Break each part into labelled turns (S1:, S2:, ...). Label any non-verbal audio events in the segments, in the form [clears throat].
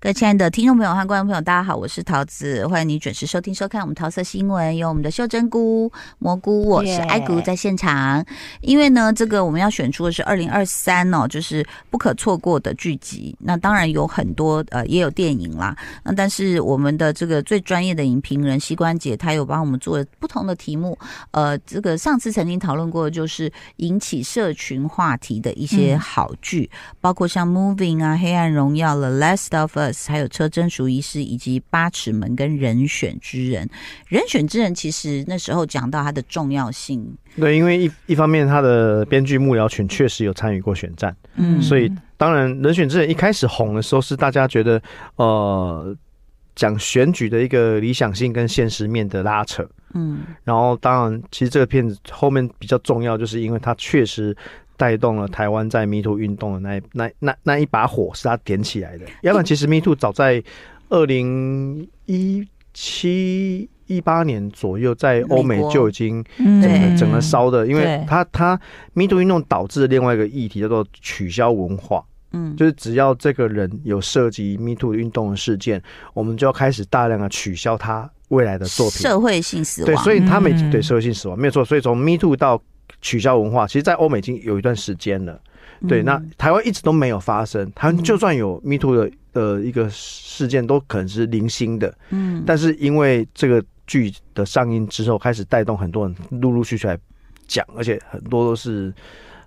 S1: 各位亲爱的听众朋友和观众朋友，大家好，我是桃子，欢迎你准时收听收看我们桃色新闻，有我们的秀珍菇、蘑菇，我是爱菇
S2: Yeah
S1: 在现场。因为呢，这个我们要选出的是二零二三哦，就是不可错过的剧集。那当然有很多呃，也有电影啦。那但是我们的这个最专业的影评人膝关节，他有帮我们做不同的题目。呃，这个上次曾经讨论过，就是引起社群话题的一些
S2: 嗯
S1: 好剧。包括像《Moving》啊、《黑暗荣耀》了，《Last of Us》，还有《车贞淑医师》，以及《八尺门》跟《人选之人》。《人选之人》其实那时候讲到它的重要性，
S3: 对，因为一一方面，他的编剧幕僚群确实有参与过选战，
S1: 嗯，
S3: 所以当然，人选之人一开始红的时候是大家觉得，呃，讲选举的一个理想性跟现实面的拉扯。
S1: 嗯
S3: 然后，当然，其实这个片子后面比较重要，就是因为它确实带动了台湾在 Me Too 运动的那一那那那一把火是它点起来的。要不然，其实 Me Too 早在二零一七一八年左右，在欧美
S1: 美国
S3: 就已经
S2: 嗯
S3: 整个
S1: 对
S3: 整个烧的，因为
S2: 对
S3: 它它 Me Too 运动导致另外一个议题叫做取消文化，
S1: 嗯，
S3: 就是只要这个人有涉及 Me Too 运动的事件，我们就要开始大量的取消他未来的作品。
S1: 社会性死亡，
S3: 对，所以他们已经
S2: 嗯
S3: 对社会性死亡没有错。所以从 Me Too 到取消文化，其实在欧美已经有一段时间了。对，
S1: 嗯
S3: 那台湾一直都没有发生，台
S2: 嗯
S3: 湾就算有 Me Too 的呃一个事件，都可能是零星的。
S1: 嗯，
S3: 但是因为这个剧的上映之后，开始带动很多人陆陆续续来讲，而且很多都是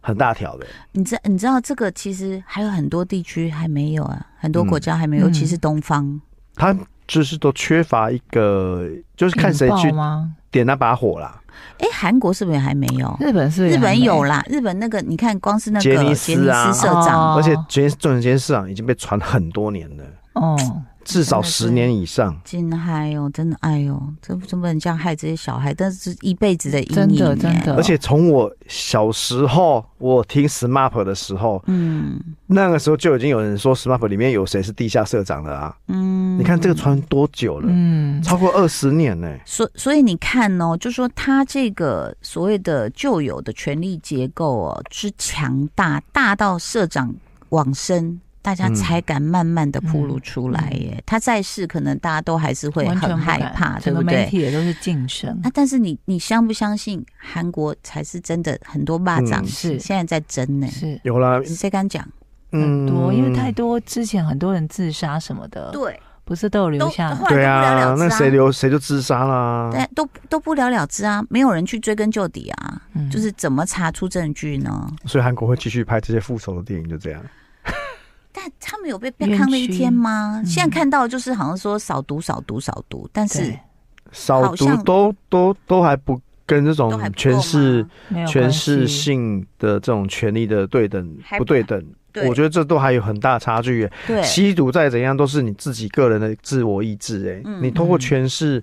S3: 很大条的。
S1: 你知你知道这个其实还有很多地区还没有啊，很多国家还没有，
S2: 嗯
S1: 尤其是东方，
S3: 他就是都缺乏一个，就是看谁去
S2: 引爆吗？
S3: 点那把火啦。
S1: 哎，韩国是不是也还没有？
S2: 日本是
S1: 日本有
S2: 了，
S1: 啦，日本那个你看，光是那个
S3: 杰尼斯啊
S1: 杰尼斯社长，
S2: 哦
S3: 而且全众人间市场已经被传很多年了，
S2: 哦，
S3: 至少
S1: 真的
S3: 十
S1: 是
S3: 年以上。
S2: 嗯
S1: 惊嗨哦，真的哎呦，这真不能这样害这些小孩，但是一辈子的阴
S2: 真
S1: 影，
S2: 的真，的，
S3: 而且从我小时候，我听 SMAP 的时候，
S1: 嗯
S3: 那个时候就已经有人说 SMAP 里面有谁是地下社长了啊？
S1: 嗯，
S3: 你看这个传多久了？
S2: 嗯，
S3: 超过二十年呢、
S1: 所所以你看哦，就说他这个所谓的旧有的权力结构哦之强大，大到社长往生。大家
S3: 嗯
S1: 才敢慢慢的铺露出来耶，他在世可能大家都还是会
S2: 嗯完全
S1: 很
S2: 不
S1: 害
S2: 敢
S1: 怕，对
S2: 整个
S1: 不
S2: 媒
S1: 对？
S2: 体也都是晋升
S1: 那、，但是你你相不相信韩国才是真的很多霸掌、
S3: 嗯
S2: 是
S1: 现在在争呢？
S2: 是
S3: 有啦，
S1: 谁敢讲？
S2: 很
S3: 嗯，
S2: 多，因为太多之前很多人自杀什么的，
S1: 对，
S2: 不是都有留
S1: 都
S2: 下
S1: 后来
S3: 对
S1: 都
S3: 啊，
S1: 不了了之啊
S3: 那谁留谁就自杀啦。
S1: 但都都不了了之啊，没有人去追根究底啊，
S2: 嗯
S1: 就是怎么查出证据呢？
S3: 所以韩国会继续拍这些复仇的电影，就这样。
S1: 但他们有被被
S2: 冤
S1: 康的一
S2: 屈
S1: 天吗？
S2: 嗯
S1: 现在看到就是好像说少读少读少读，但是
S2: 对
S3: 少
S1: 好
S3: 读
S1: 像
S3: 都都都还不跟这种
S1: 都还不够
S3: 权
S1: 吗
S3: 势
S2: 没有
S3: 权
S2: 关
S3: 势
S2: 系
S3: 性的这种权利的对等
S1: 还
S3: 不对等，
S1: 对
S3: 我觉得这都还有很大差距耶。
S1: 对
S3: 吸毒再怎样都是你自己个人的自我意志，哎、
S1: 嗯
S3: 你通过权势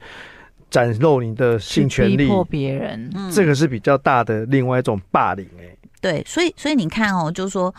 S3: 展露你的性
S2: 去
S3: 权
S2: 逼
S3: 利，
S2: 迫别人，
S1: 嗯
S3: 这个是比较大的另外一种霸凌，哎。
S1: 对，所以所以你看哦，就是说，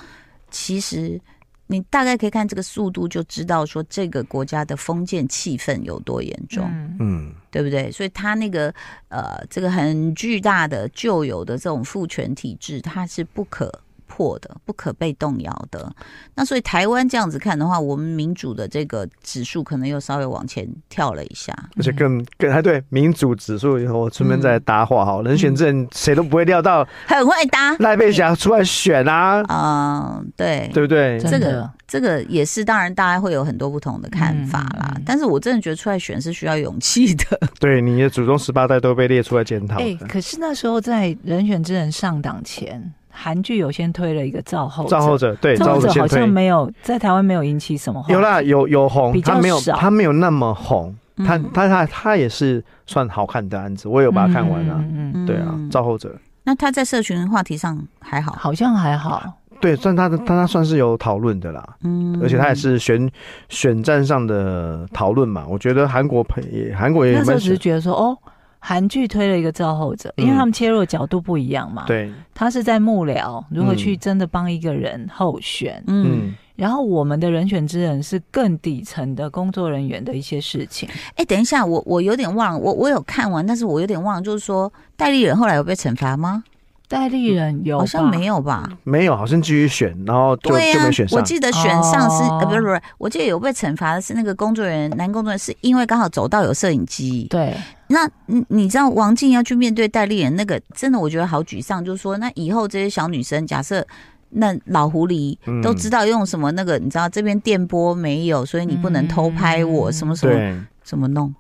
S1: 其实你大概可以看这个速度就知道说这个国家的封建气氛有多严重。
S2: 嗯
S3: 嗯，
S1: 对不对？所以他那个呃，这个很巨大的旧有的这种父权体制，它是不可破的，不可被动摇的。那所以台湾这样子看的话，我们民主的这个指数可能又稍微往前跳了一下。
S3: 而
S2: 嗯
S3: 且更更还对民主指数，我顺便再搭话哈，人
S2: 嗯
S3: 选证谁都不会
S2: [laughs]
S3: 料到
S1: 很会
S3: [laughs]
S1: 搭。
S3: 赖佩霞出来选啊，
S1: 嗯、对，
S3: 对不对？
S2: 真
S1: 这个
S2: 的
S1: 这个也是，当然大家会有很多不同的看法啦。
S2: 嗯嗯嗯
S1: 但是我真的觉得出来选是需要勇气的。
S3: 对，你的祖宗十八代都被列出来检讨
S2: 哎、
S3: 的。
S2: 可是那时候在《人选之人》上档前，韩剧有先推了一个赵后者，
S3: 赵后者对
S2: 赵
S3: 赵
S2: 后
S3: 后
S2: 者
S3: 者
S2: 好
S3: 先
S2: 像
S3: 推，
S2: 没有在台湾没有引起什么话题
S3: 有啦，有有红
S2: 比，较
S3: 他没有
S2: 少
S3: 他没有那么红，他
S1: 嗯
S3: 他他他也是算好看的案子，我有把它看完啊。
S2: 嗯嗯嗯
S3: 对啊
S1: 嗯，
S3: 赵后者
S1: 那他在社群话题上还好，
S2: 好像还好，
S3: 对，算他的，但他算是有讨论的啦。
S1: 嗯
S3: 而且他也是选选战上的讨论嘛，我觉得韩国朋也韩国也
S2: 那时候
S3: 蛮
S2: 只是觉得说哦。韩剧推了一个赵后者，因为
S3: 嗯
S2: 他们切入的角度不一样嘛。，
S3: 对，
S2: 他是在幕僚如何去
S3: 嗯
S2: 真的帮一个人候选，
S1: 嗯，
S3: 嗯，
S2: 然后我们的人选之人是更底层的工作人员的一些事情。
S1: 哎、等一下，我我有点忘了，我我有看完，但是我有点忘了，就是说戴立人后来有被惩罚吗？
S2: 戴立人有吧嗯
S1: 好像没有吧？
S3: 没有，好像继续选，然后就、
S1: 对
S3: 就
S1: 呀、
S3: 没选
S1: 我
S3: 上。
S1: 记得选上是、
S2: 哦
S1: 呃，不是不是，我记得有被惩罚的是那个工作人员，男工作人员是因为刚好走道有摄影机。
S2: 对，
S1: 那你你知道王静要去面对戴丽人那个，真的我觉得好沮丧，就是说那以后这些小女生，假设那老狐狸
S3: 嗯
S1: 都知道用什么那个，你知道这边电波没有，所以你不能偷拍我，
S2: 嗯
S1: 什么什么
S3: 对，
S1: 怎么弄？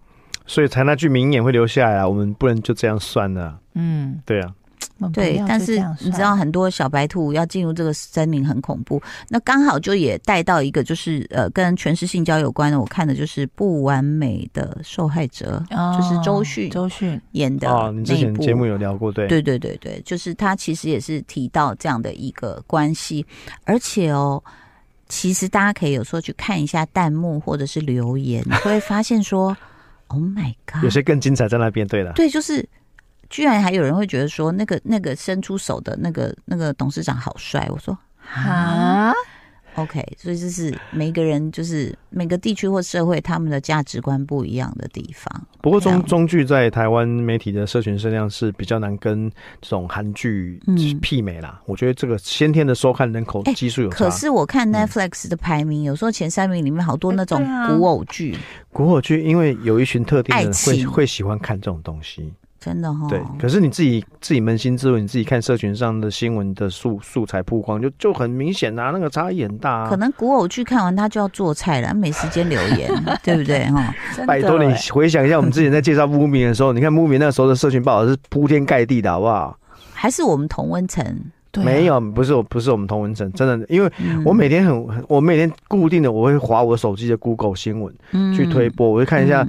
S3: 所以才那句名言会留下来啊，我们不能就这样算了啊。
S2: 嗯，
S3: 对啊，
S2: 我们不
S1: 对
S2: 要，
S1: 但
S2: 就是这样
S1: 你知
S2: 算
S1: 道很多小白兔要进入这个森林很恐怖，那刚好就也带到一个就是呃跟全是性交有关的，我看的就是《不完美的受害者》就是周
S2: 哦
S1: 迅
S2: 周迅，
S1: 演的
S3: 哦，你之
S1: 那一
S3: 前
S1: 部
S3: 节目有聊过，对，
S1: 对对对对，就是他其实也是提到这样的一个关系，而且哦，其实大家可以有时候去看一下弹幕或者是留言，你会发现说 [laughs] ，Oh my
S3: 有
S1: God，
S3: 些更精彩在那边，对了，
S1: 对，就是居然还有人会觉得说，那个那个伸出手的那个那个董事长好帅，我说啊。
S2: 啊，
S1: OK，所以这是每个人，就是每个地区或社会，他们的价值观不一样的地方。
S3: 不过
S1: 对
S3: 中
S1: 啊
S3: 中剧在台湾媒体的社群声量是比较难跟这种韩剧
S1: 嗯
S3: 媲美啦。我觉得这个先天的收看人口
S1: 哎
S3: 基数有差。
S1: 可是我看
S3: 嗯
S1: Netflix 的排名，有时候前三名里面好多
S2: 哎
S1: 那种
S2: 对啊
S1: 古偶剧，
S3: 古偶剧因为有一群特定的人
S1: 爱
S3: 会
S1: 情
S3: 会喜欢看这种东西，
S1: 真的
S2: 哦
S1: 哈、
S3: 对。可是你自己自己扪心自问，你自己看社群上的新闻的素素材曝光，就就很明显啊，那个差异很大、啊。
S1: 可能古偶剧看完他就要做菜了，没时间留
S3: [laughs]
S1: 言，对不对哈？
S2: 真
S3: 拜
S2: 的
S3: 托你
S2: 欸
S3: 回想一下，我们之前在介绍 m o v i 的时候，你看 [laughs] m o v i 那时候的社群报道是铺天盖地的，好不好？
S1: 还是我们同温层，
S2: 对啊
S3: 没有，不是我，不是我们同文层，真的，因为
S1: 嗯
S3: 我每天很，我每天固定的我会划我手机的 Google 新闻
S1: 嗯
S2: 嗯
S3: 去推播，我会看一下，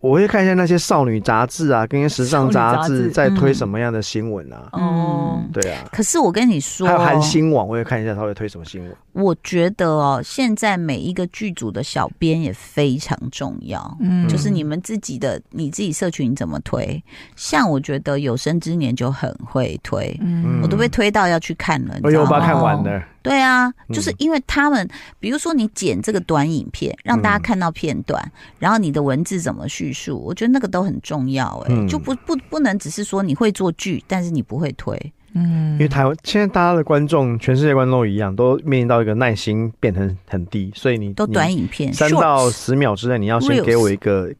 S3: 我会看一下那些少女杂志啊，跟一些时尚杂
S2: 少女杂
S3: 志
S2: 志嗯
S3: 在推什么样的新闻啊，
S2: 哦
S1: 嗯，
S3: 对啊，
S1: 可是我跟你说
S3: 还有，韩星网，我也看一下他会推什么新闻。
S1: 我觉得哦，现在每一个剧组的小编也非常重要。
S2: 嗯
S1: 就是你们自己的你自己社群怎么推？像我觉得有生之年就很会推，
S2: 嗯
S1: 我都被推到要去看了。你
S3: 哎
S1: 知道
S3: 呦，我把
S1: 吗
S2: 哦
S3: 它看完了，
S1: 对啊，
S3: 嗯
S1: 就是因为他们，比如说你剪这个短影片，让大家看到片段，然后你的文字怎么叙述，我觉得那个都很重要、哎、
S3: 嗯
S1: 就不不不能只是说你会做剧，但是你不会推，
S2: 嗯
S3: 因为台湾现在大家的观众，全世界观众都一样，都面临到一个耐心变成很低，所以你
S1: 都
S3: 你
S1: 短影片，
S3: 三
S1: shorts
S3: 到十秒之内，你要先
S1: Reels
S3: 给我一个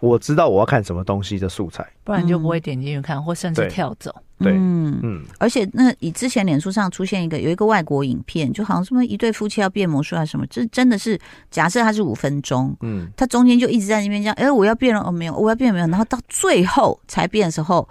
S3: 我知道我要看什么东西的素材。
S2: 不然你就不会点进去看，或甚至
S3: 对
S2: 跳走。
S3: 对
S1: 嗯，
S3: 嗯，
S1: 而且那以之前脸书上出现一个有一个外国影片，就好像什么一对夫妻要变魔术啊什么，这真的是假设它是五分钟，
S3: 嗯，
S1: 他中间就一直在那边这样，哎、我要变了，哦，没有，我要变没有，然后到最后才变的时候，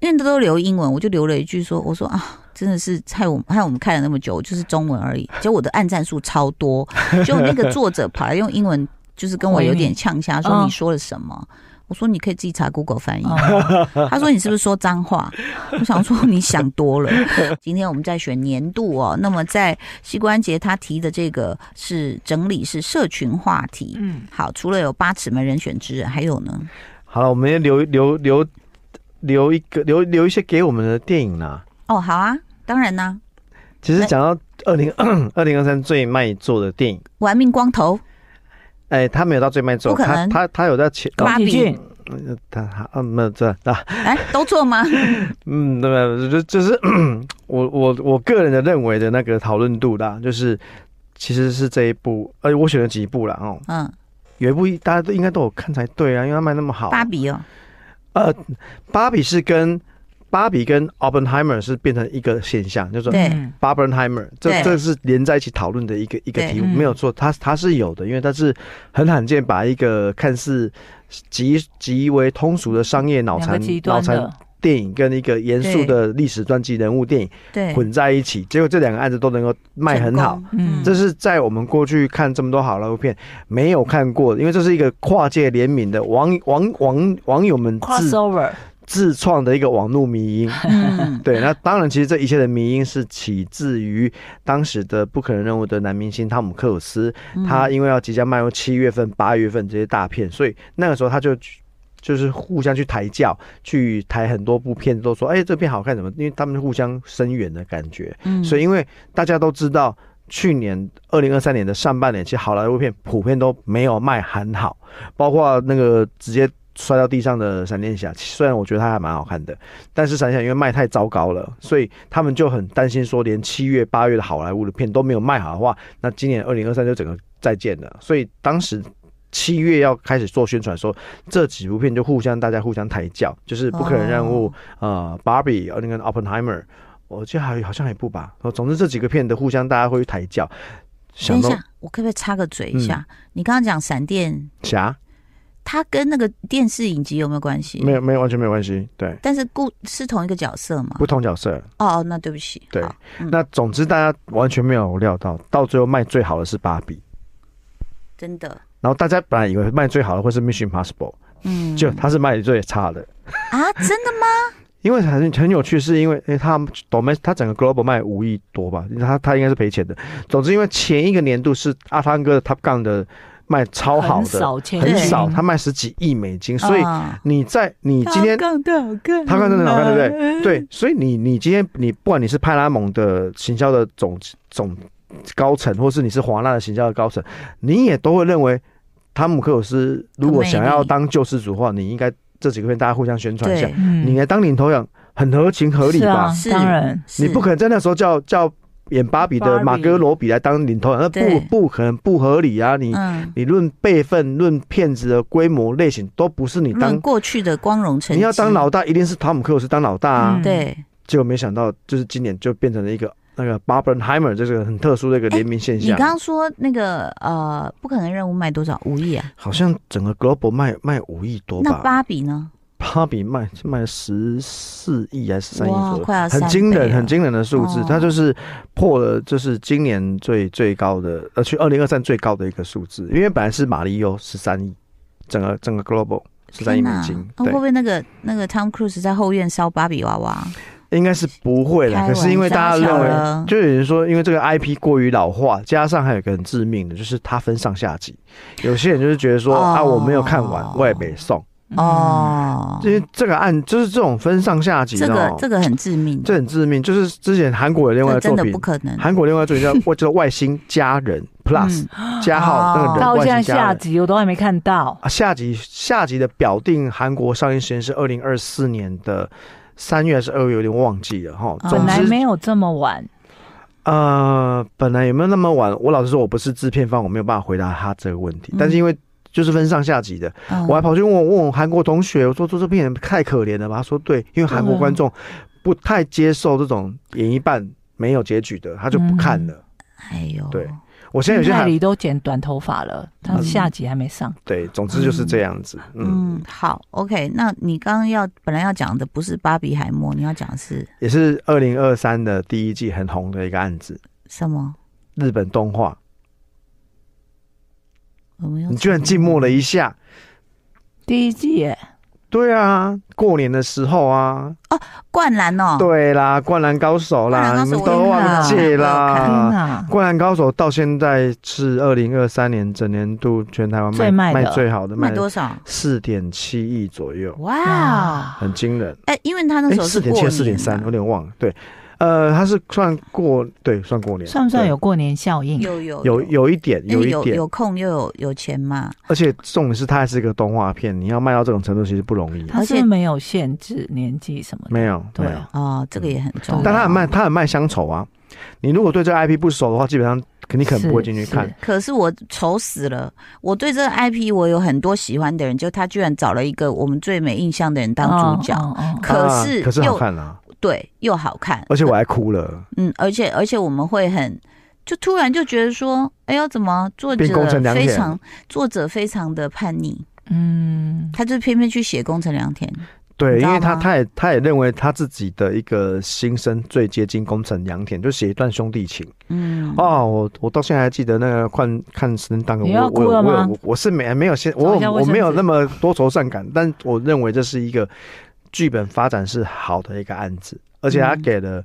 S1: 因为都留英文，我就留了一句说，我说啊，真的是害我害我们看了那么久，就是中文而已。结果我的暗战数超多，结果那个作者跑来用英文，就是跟我有点呛瞎，
S2: 回
S1: 说
S2: 你
S1: 你说了什么。我说你可以自己查 Google 翻译，
S2: [laughs] 哦
S3: [laughs]
S1: 他说你是不是说脏话？我想说你想多了。今天我们在选年度哦，那么在膝关节他提的这个是整理是社群话题，
S2: 嗯，
S1: 好，除了有八尺门人选之人，还有呢？
S3: 好了，我们也留留留留一个留留一些给我们的电影啦。
S1: 哦，好啊，当然啦、
S3: 其实讲到二零 [clears throat] 二零二三最卖座的电影，
S1: 玩命光
S3: [laughs]
S1: 头，
S3: 哎、他没有到最卖座，
S1: 不可
S3: 他
S1: 能
S3: 他他有在前，
S1: 干嘛
S2: 宫
S1: 芭
S2: 崎
S1: 比
S2: 骏
S3: 嗯他他嗯没有这啊
S1: 哎，都错吗？
S3: 嗯对吧？就就是 [coughs] 我我我个人的认为的那个讨论度啦，就是其实是这一部，而且我选了几部啦哦，
S1: 嗯，
S3: 有一部大家都应该都有看才对啊，因为它卖那么好。
S1: 芭比哦，
S3: 呃，芭比是跟芭比跟 Oppenheimer 是变成一个现象，就是
S1: 对
S2: 嗯
S3: Barbenheimer，这
S1: 对
S3: 这是连在一起讨论的一个一个
S1: 对
S3: 题目，
S2: 嗯
S3: 没有错，它它是有的，因为它是很罕见把一个看似极极为通俗的商业脑
S2: 两个
S3: 残
S2: 极
S3: 脑
S2: 端
S3: 残
S2: 的，
S3: 电影跟一个严肃的历史传记人物电影
S1: 对，
S3: 混在一起，结果这两个案子都能够卖很好。
S1: 成功，
S2: 嗯
S3: 这是在我们过去看这么多好莱坞片没有看过的，因为这是一个跨界联名的网网网网友们自
S2: crossover
S3: 自创的一个网络
S1: [laughs]
S3: 迷因。
S1: 嗯，
S3: 对，那当然，其实这一切的迷因是起自于当时的《不可能任务》的男明星汤姆克鲁斯，
S1: 嗯
S3: 他因为要即将迈入七月份、八月份这些大片，所以那个时候他就就是互相去抬轿，去抬很多部片，都说哎、这片好看什么，因为他们互相声援的感觉。
S1: 嗯
S3: 所以因为大家都知道。去年二零二三年的上半年，其实好莱坞片普遍都没有卖很好，包括那个直接摔到地上的闪电侠，虽然我觉得它还蛮好看的，但是闪电侠因为卖太糟糕了，所以他们就很担心说，连七月、八月的好莱坞的片都没有卖好的话，那今年二零二三就整个再见了。所以当时七月要开始做宣传的时候，这几部片就互相大家互相抬轿，就是《不可能任务》呃，《芭比》呃那个《Oppenheimer》，我记得还有好像还有一部吧。总之这几个片的互相大家会去抬轿。
S1: 嗯等
S3: 想嗯
S1: 一
S3: 到
S1: 下，我可不可以插个嘴一下？你刚刚讲闪电，
S3: 侠
S1: 它跟那个电视影集有没有关系？
S3: 没有没有完全没有关系，对，
S1: 但是故是同一个角色嘛？
S3: 不同角色。
S1: 哦，那对不起，
S3: 对
S1: 好，嗯
S3: 那总之大家完全没有料到，到最后卖最好的是芭比，
S1: 真的，
S3: 然后大家本来以为卖最好的会是 Mission Possible，
S1: 嗯，
S3: 就它是卖最差的。
S1: 啊，真的吗？
S3: 因为很很有趣，是因为因为它 domestic 它整个 global 卖五亿多吧，它它应该是赔钱的。总之，因为前一个年度是阿汤哥的 Top Gun 的卖超好
S2: 很
S3: 的，
S2: 少钱，
S3: 很
S1: 对
S3: 少，他卖十几亿美金， [laughs] 所以
S1: 啊
S3: 你在你今天
S2: 刚的好看，
S3: 他看真的好看，对不
S2: 对？
S3: 对，所以你你今天你不管你是派拉蒙的行销的总总高层，或是你是华纳的行销的高层，你也都会认为汤姆克鲁斯如果想要当救世主的话，你应该这几个片大家互相宣传一下，
S1: 对，
S2: 嗯
S3: 你来当领头羊，很合情合理
S2: 是
S3: 吧？
S2: 啊
S1: 是
S2: 当然，
S1: 是
S3: 你不可能在那时候叫叫演芭比的
S2: Barbie
S3: 马哥罗比来当领头羊，那
S1: 对
S3: 不不可能不合理啊！你、
S1: 嗯，
S3: 你论辈分、论片子的规模、类型，都不是你
S1: 论
S3: 当。
S1: 过去的光荣成绩，
S3: 你要当老大，一定是汤姆克鲁斯当老大啊！
S2: 嗯
S1: 对，
S3: 结果没想到，就是今年就变成了一个那个 Barbenheimer 这个很特殊的一个联名现
S1: 你
S3: 象。
S1: 刚刚说那个呃，不可能任务卖多少五亿啊？
S3: 好像整个 Global 卖卖五亿多
S1: 那
S3: 吧，
S1: 芭比呢？
S3: 芭比卖卖十四亿还是三亿
S1: 哇
S3: 左，右。
S1: 快要
S3: 很
S1: 三
S3: 惊
S1: 倍
S3: 人，
S1: 了
S3: 很惊人的数字
S1: 哦，
S3: 它就是破了，就是今年最最高的，呃，去二零二三最高的一个数字，因为本来是马里欧十三亿，整个整个 global 十三亿
S1: 天
S3: 美
S1: 哪
S3: 金，
S1: 那会
S3: 对
S1: 不，会那个那个 Tom Cruise 在后院烧芭比娃娃？
S3: 应该是不会啦。
S1: 开
S3: 可是因为大家
S1: 玩笑
S3: 认为，
S1: 了
S3: 就有人说，因为这个 IP 过于老化，加上还有一个很致命的，就是它分上下集，有些人就是觉得说
S1: 哦
S3: 啊，我没有看完，我也没送，
S2: 嗯
S1: 哦，
S3: 因为这个案就是这种分上下集
S1: 这个
S3: 哦，
S1: 这个很致命，
S3: 这很致命，就是之前韩国有另外
S1: 这
S3: 的
S1: 真
S3: 作
S1: 的
S3: 品
S1: 不。可能。嗯
S3: 韩国另外一个作品叫 [laughs] 我叫外星家人 Plus、加号那个
S1: 哦
S3: 人
S2: 到
S3: 外
S2: 现在
S3: 星家
S2: 下
S3: 人。
S2: 集我都还没看到，
S3: 啊，下集下集的表定韩国上映时间是二零二四年的三月还是二月，有点忘记了哈。
S1: 哦
S3: 总
S2: 本来
S3: 之
S2: 没有这么晚，
S3: 呃，本来有没有那么晚？我老实说，我不是制片方，我没有办法回答他这个问题。但是因为就是分上下集的，
S1: 嗯
S3: 我还跑去问我问我韩国同学，我说做这片人太可怜了吧？他说对，因为韩国观众
S1: 嗯
S3: 不太接受这种演一半没有结局的，他就不看了。
S1: 哎呦，
S3: 对我现在有些
S2: 泰
S3: 韩
S2: 里都剪短头发了，他
S1: 嗯
S2: 下集还没上。
S3: 对，总之就是这样子。嗯
S1: 嗯，好，OK，那你刚刚要本来要讲的不是芭比海默，你要讲的是
S3: 也是二零二三的第一季很红的一个案子，
S1: 什么？
S3: 日本动画。
S1: 我们又
S3: 你居然静默了一下，
S2: 第一季耶，
S3: 对啊，过年的时候啊，
S1: 灌篮哦，
S3: 对啦，灌篮高手啦，
S1: 灌篮高
S3: 你
S1: 手
S3: 们都忘记
S1: 我有看
S2: 天
S3: 啦。
S2: 哪！
S3: 灌篮高手到现在是二零二三年整年度全台湾卖
S2: 最卖的
S3: 最好的，卖
S1: 卖多少？
S3: 四点七亿左右，
S1: 哇，
S3: 很惊人。
S1: 哎，因为他那
S3: 哎
S1: 时，候
S3: 四
S1: 是
S3: 点
S1: 过
S3: 七、
S1: 年，
S3: 四点三，有，点忘了。对，呃，它是算过，对，算过年，
S2: 算不算有过年效应？
S1: 有有
S3: 对？有有一点，
S1: 因
S3: 有
S1: 为
S3: 一
S1: 嗯有
S3: 点
S1: 有，空又有有钱嘛，
S3: 而且重点是它还是一个动画片，你要卖到这种程度其实不容易。
S2: 他是不是没有限制年纪什么的。
S3: 没有，没
S2: 对
S3: 有。
S2: 啊，
S1: 哦，这个也很重要。
S3: 嗯但他很卖，他很卖乡愁啊。你如果对这个 IP 不熟的话，基本上你可能不会进去看
S2: 是。。
S1: 可是我愁死了，我对这个 IP 我有很多喜欢的人，就他居然找了一个我们最没印象的人当主角，
S2: 哦，哦哦
S1: 可
S3: 啊
S1: 是
S3: 可是
S1: 又
S3: 好看啊，
S1: 对，又好看，
S3: 而且我还哭了，
S1: 嗯，而且而且我们会很，就突然就觉得说，哎呦，怎么作
S3: 变宫城
S1: 者
S3: 良田
S1: 非常作者非常的叛逆，
S2: 嗯，
S1: 他就偏偏去写宫城良田，你
S3: 对，
S1: 知
S3: 因
S1: 道
S3: 为他
S1: 吗
S3: 他也他也认为他自己的一个心声最接近宫城良田，就写一段兄弟情。
S1: 嗯，
S3: 哦，我我到现在还记得那个看看神当个，
S2: 你要
S3: 我
S2: 哭
S3: 我有
S2: 了
S3: 我有
S2: 吗
S3: 我我是没没有先我
S2: 找一下卫
S3: 我
S2: 生
S3: 没有
S2: 纸
S3: 那么多愁善感，但我认为这是一个剧本发展是好的一个案子，而且他
S1: 嗯
S3: 给了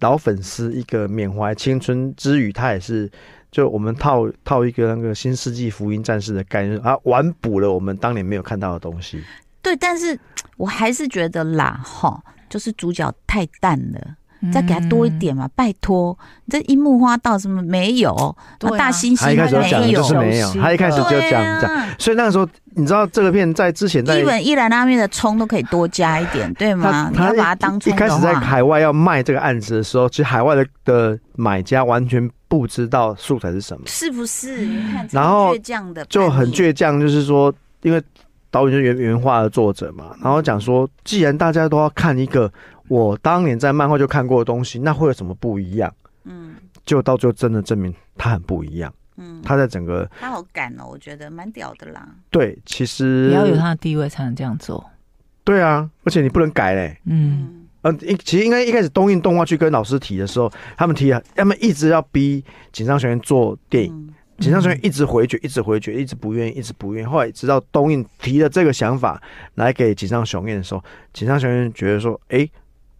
S3: 老粉丝一个缅怀青春之余，他也是。就我们套套一个那个新世纪福音战士的概念啊，完补了我们当年没有看到的东西。
S1: 对，但是我还是觉得啦，哈，就是主角太淡了，
S2: 嗯
S1: 再给他多一点嘛，拜托，这樱木花道什么没有？
S2: 对啊
S1: 那大猩
S3: 他
S1: 猩
S3: 一开始
S2: 就
S3: 讲
S1: 没
S3: 的
S1: 有
S3: 就是，没有
S2: 熟，悉
S3: 他一开始就
S1: 对
S3: 讲讲，
S1: 啊。
S3: 所以那个时候你知道这个片在之前在
S1: 一碗一兰拉面的葱都可以多加一点，对吗
S3: 他？
S1: 你要把它
S3: 他
S1: 当
S3: 一
S1: 葱
S3: 一开
S1: 的
S3: 始在
S1: 话，
S3: 海外要卖这个案子的时候，其实海外的的买家完全不知道素材是什么，
S1: 是不是？你看，
S3: 然后
S1: 倔强的
S3: 就很
S1: 叛逆
S3: 倔强，就是说，因为导演是原原画的作者嘛，然后讲说，既然大家都要看一个我当年在漫画就看过的东西，那会有什么不一样？
S1: 嗯
S3: 就到最后真的证明他很不一样，
S1: 嗯，
S3: 他在整个
S1: 他好敢哦，我觉得蛮屌的啦。
S3: 对，其实
S2: 也要有他的地位才能这样做。
S3: 对啊，而且你不能改嘞、
S2: 嗯，
S1: 嗯，
S3: 呃，一其实应该一开始东映动画去跟老师提的时候，他们提了，他们一直要逼井上雄彦做电影，
S1: 嗯
S3: 井上雄彦一直回绝，一直回绝，一直不愿意，一直不愿意。后来直到东映提了这个想法来给井上雄彦的时候，井上雄彦觉得说，哎、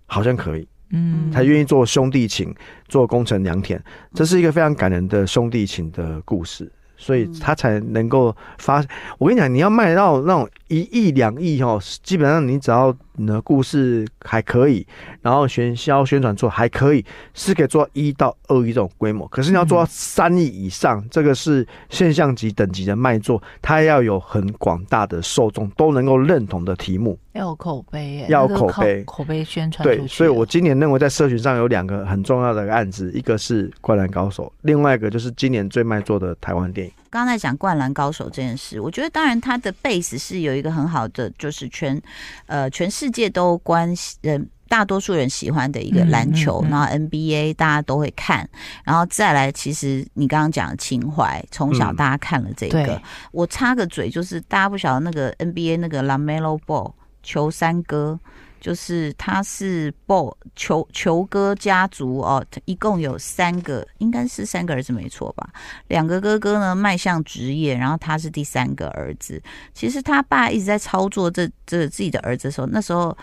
S3: 好像可以，
S2: 嗯，
S3: 他愿意做兄弟情，做宫城良田，这是一个非常感人的兄弟情的故事。所以他才能够发，我跟你讲，你要卖到那种一亿两亿哦，基本上你只要你的故事还可以，然后宣销宣传做还可以，是可以做到一到二亿这种规模。可是你要做到三亿以上，这个是现象级等级的卖座，它要有很广大的受众都能够认同的题目。
S2: 要有口碑耶，
S3: 要有
S2: 那都
S3: 口
S2: 靠
S3: 碑
S2: 口碑宣传出
S3: 对，
S2: 去。
S3: 所以我今年认为在社群上有两个很重要的案子，一个是《灌篮高手》，另外一个就是今年最卖座的台湾电影。
S1: 刚才讲《灌篮高手》这件事，我觉得当然它的 base 是有一个很好的，就是全呃全世界都关人。大多数人喜欢的一个
S2: 嗯
S1: 篮球，
S2: 嗯嗯
S1: 然后 NBA 大家都会看，然后再来，其实你刚刚讲的情怀，从小
S3: 嗯
S1: 大家看了这个。
S2: 对
S1: 我插个嘴，就是大家不晓得那个 NBA 那个 Lamelo Ball 球三哥，就是他是 Ball 球球哥家族哦，一共有三个，应该是三个儿子没错吧？两个哥哥呢迈向职业，然后他是第三个儿子。其实他爸一直在操作这这自己的儿子的时候，那时候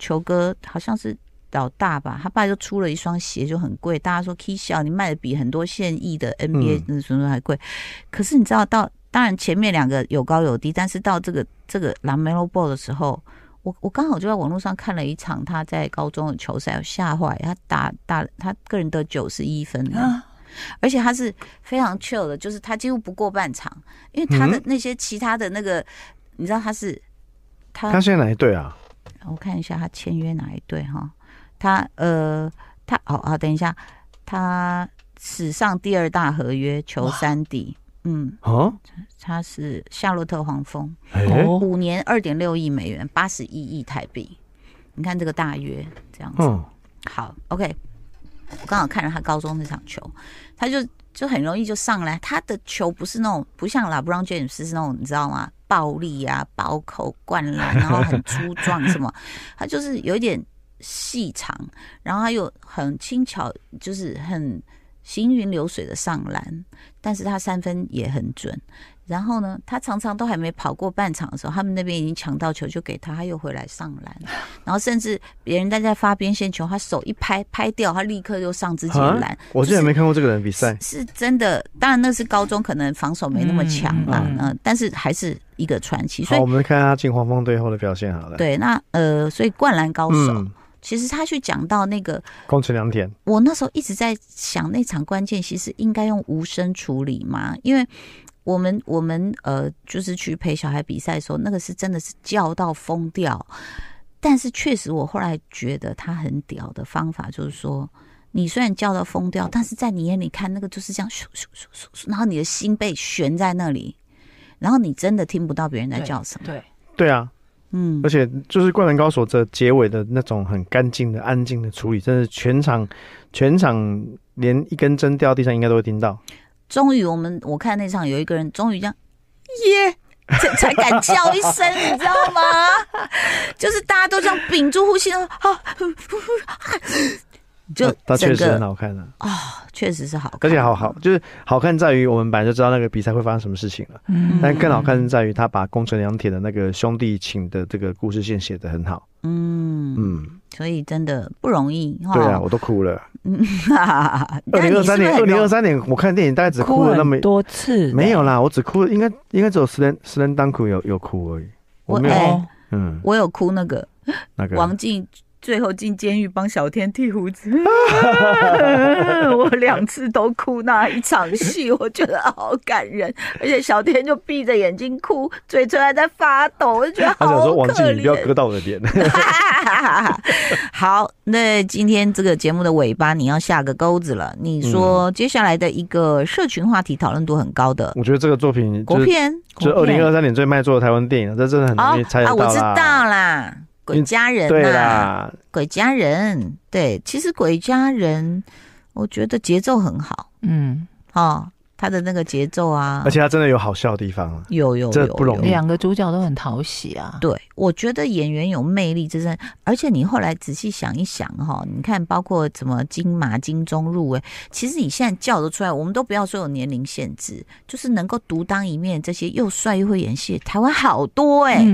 S1: 球哥好像是。老大吧，他爸就出了一双鞋，就很贵。大家说 K 小，你卖的比很多现役的 NBA 那什么还贵。可是你知道到，当然前面两个有高有低，但是到这个这个 Lamelo Ball 的时候，我我刚好就在网络上看了一场他在高中的球赛，我吓坏，他打打他个人得九十一分呢
S2: 啊，
S1: 而且他是非常 chill 的，就是他几乎不过半场，因为他的
S3: 嗯
S1: 那些其他的那个，你知道他是他
S3: 他现在哪一队啊？
S1: 我看一下他签约哪一队哈，他呃他哦好等一下，他史上第二大合约球
S2: 哇
S1: 三底，嗯，
S3: 啊？
S1: 他是夏洛特黄蜂，
S3: 哎、
S2: 哦
S1: 五年二点六亿美元，八十一亿台币。你看这个大约这样子，
S3: 嗯，
S1: 好，OK。我刚好看了他高中那场球，他就就很容易就上来，他的球不是那种不像 LeBron James 是那种你知道吗？暴力啊，包口灌篮，然后很粗壮什么， [laughs] 他就是有一点细长，然后他又很轻巧，就是很行云流水的上篮，但是他三分也很准。然后呢，他常常都还没跑过半场的时候，他们那边已经抢到球就给他，他又回来上篮，然后甚至别人在在发边线球，他手一拍拍掉，他立刻又上自己的
S3: 啊
S1: 篮。
S3: 我之
S1: 就是
S3: 前没看过这个人比赛。
S1: 是真的，当然那是高中，可能防守没那么强啦，
S2: 嗯
S1: 嗯、
S2: 嗯
S1: 但是还是一个传奇。所
S3: 好，
S1: 以
S3: 我们看他进黄蜂队后的表现好了。，
S1: 对，那呃，所以灌篮高手，
S3: 嗯，
S1: 其实他去讲到那个，
S3: 宫城良田，
S1: 我那时候一直在想，那场关键其实应该用无声处理嘛，因为。我们我们呃，就是去陪小孩比赛的时候，那个是真的是叫到疯掉。但是确实，我后来觉得他很屌的方法就是说，你虽然叫到疯掉，但是在你眼里看那个就是这样咻咻咻咻咻，然后你的心被悬在那里，然后你真的听不到别人在叫什么。
S2: 对，
S3: 对啊，
S1: 嗯
S3: 而，且就是《灌篮高手》这结尾的那种很干净的、安静的处理，真的是全场全场连一根针掉地上应该都会听到。
S1: 终于我们我看那场有一个人终于这样耶。才才敢叫一声，你知道吗？ [laughs] 就是大家都这样屏住呼吸，啊， [laughs] 就
S3: 那他
S1: 整
S3: 确实很
S1: 个
S3: 好看的、
S1: 确实是好看，
S3: 而且好好就是好看在于我们本来就知道那个比赛会发生什么事情了，
S2: 嗯
S3: 但更好看是在于他把宫城良铁的那个兄弟情的这个故事线写得很好。
S1: 嗯
S3: 嗯，
S1: 所以真的不容易哈。
S3: 对啊，我都哭了。二
S1: 二
S3: 零二三年，二零二三年我看电影大概只哭了那么
S2: 很多次，
S3: 没有啦，我只哭了，应该应该只有《十人十人当苦》有有哭而已。我
S1: 我
S3: 没有，
S1: 哎
S2: 哦，
S3: 嗯，
S1: 我有哭那个
S3: 那个
S1: 王静最后进监狱帮小天剃胡子， [laughs] 我两次都哭那一场戏，我觉得好感人，而且小天就闭着眼睛哭，嘴唇还在发抖，我就觉得
S3: 他
S1: 好
S3: 想
S1: 可
S3: 说王静，
S1: 怜。
S3: 你不要割到我的脸。
S1: [laughs] 好，那今天这个节目的尾巴你要下个钩子了，你
S3: 嗯
S1: 说接下来的一个社群话题讨论度很高的
S3: 我觉得这个作品
S1: 国
S3: 就是
S1: 片
S3: 就
S2: 国
S3: 二
S2: 片
S3: 零二三年最卖座的台湾电影，嗯这真的很
S1: 哦
S3: 容易猜得
S1: 啊，
S3: 到
S1: 我知
S3: 啦。
S1: 道啦，鬼家人
S3: 对
S1: 呐、
S3: 啦，
S1: 鬼家人，对，其实鬼家人，我觉得节奏很好
S2: 嗯，
S1: 哦，他的那个节奏啊
S3: 而，且它真的有好笑的地方啊。
S1: 有有
S3: 这
S1: 有
S3: 不容易
S1: 有
S2: 两个主角都很讨喜啊。
S1: 对，我觉得演员有魅力，这是，而且你后来仔细想一想哈，你看包括什么金马、金钟入围，其实你现在叫得出来，我们都不要说有年龄限制，就是能够独当一面这些又帅又会演戏，台湾好多哎、
S2: 嗯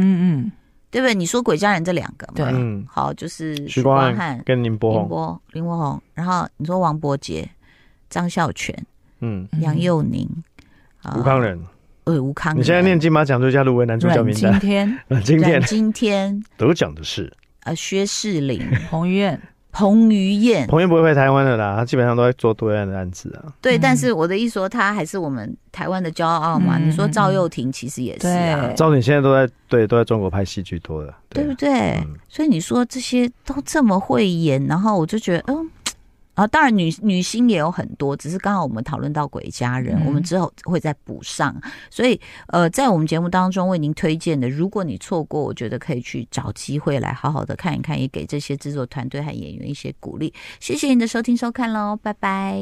S2: 嗯
S1: 对不对？你说鬼家人这两个嘛，
S2: 对
S3: 嗯，
S1: 好，就是
S3: 徐
S1: 光
S3: 光汉跟林柏
S1: 林
S3: 宏，
S1: 柏林柏宏，然后你说王伯杰、张孝全、
S3: 嗯，
S2: 嗯，
S1: 杨佑宁、啊
S3: 吴康仁。
S1: 呃吴康仁，
S3: 你现在念金马奖最佳入围男主角
S2: 阮
S3: 名
S2: 经
S3: 单，
S2: 天、 [laughs]
S3: 阮经
S1: 阮
S3: 天
S1: 经天、
S3: 得奖的是
S1: 呃薛士林、
S2: 彭于晏，
S1: 彭于晏，
S3: 彭于晏不会回台湾的啦，他基本上都在做对岸的案子啊。
S1: 对，
S2: 嗯
S1: 但是我的意思说，他还是我们台湾的骄傲嘛。
S2: 嗯
S1: 你说赵又廷其实也是啊，
S2: 对
S3: 赵鼎现在都在对都在中国拍戏居多的，
S1: 对
S3: 啊
S1: 不对？
S3: 嗯
S1: 所以你说这些都这么会演，然后我就觉得，嗯。啊，当然女女星也有很多，只是刚好我们讨论到鬼家人，
S2: 嗯
S1: 我们之后会再补上。所以，呃，在我们节目当中为您推荐的，如果你错过，我觉得可以去找机会来好好的看一看，也给这些制作团队和演员一些鼓励。谢谢您的收听收看喽，拜拜。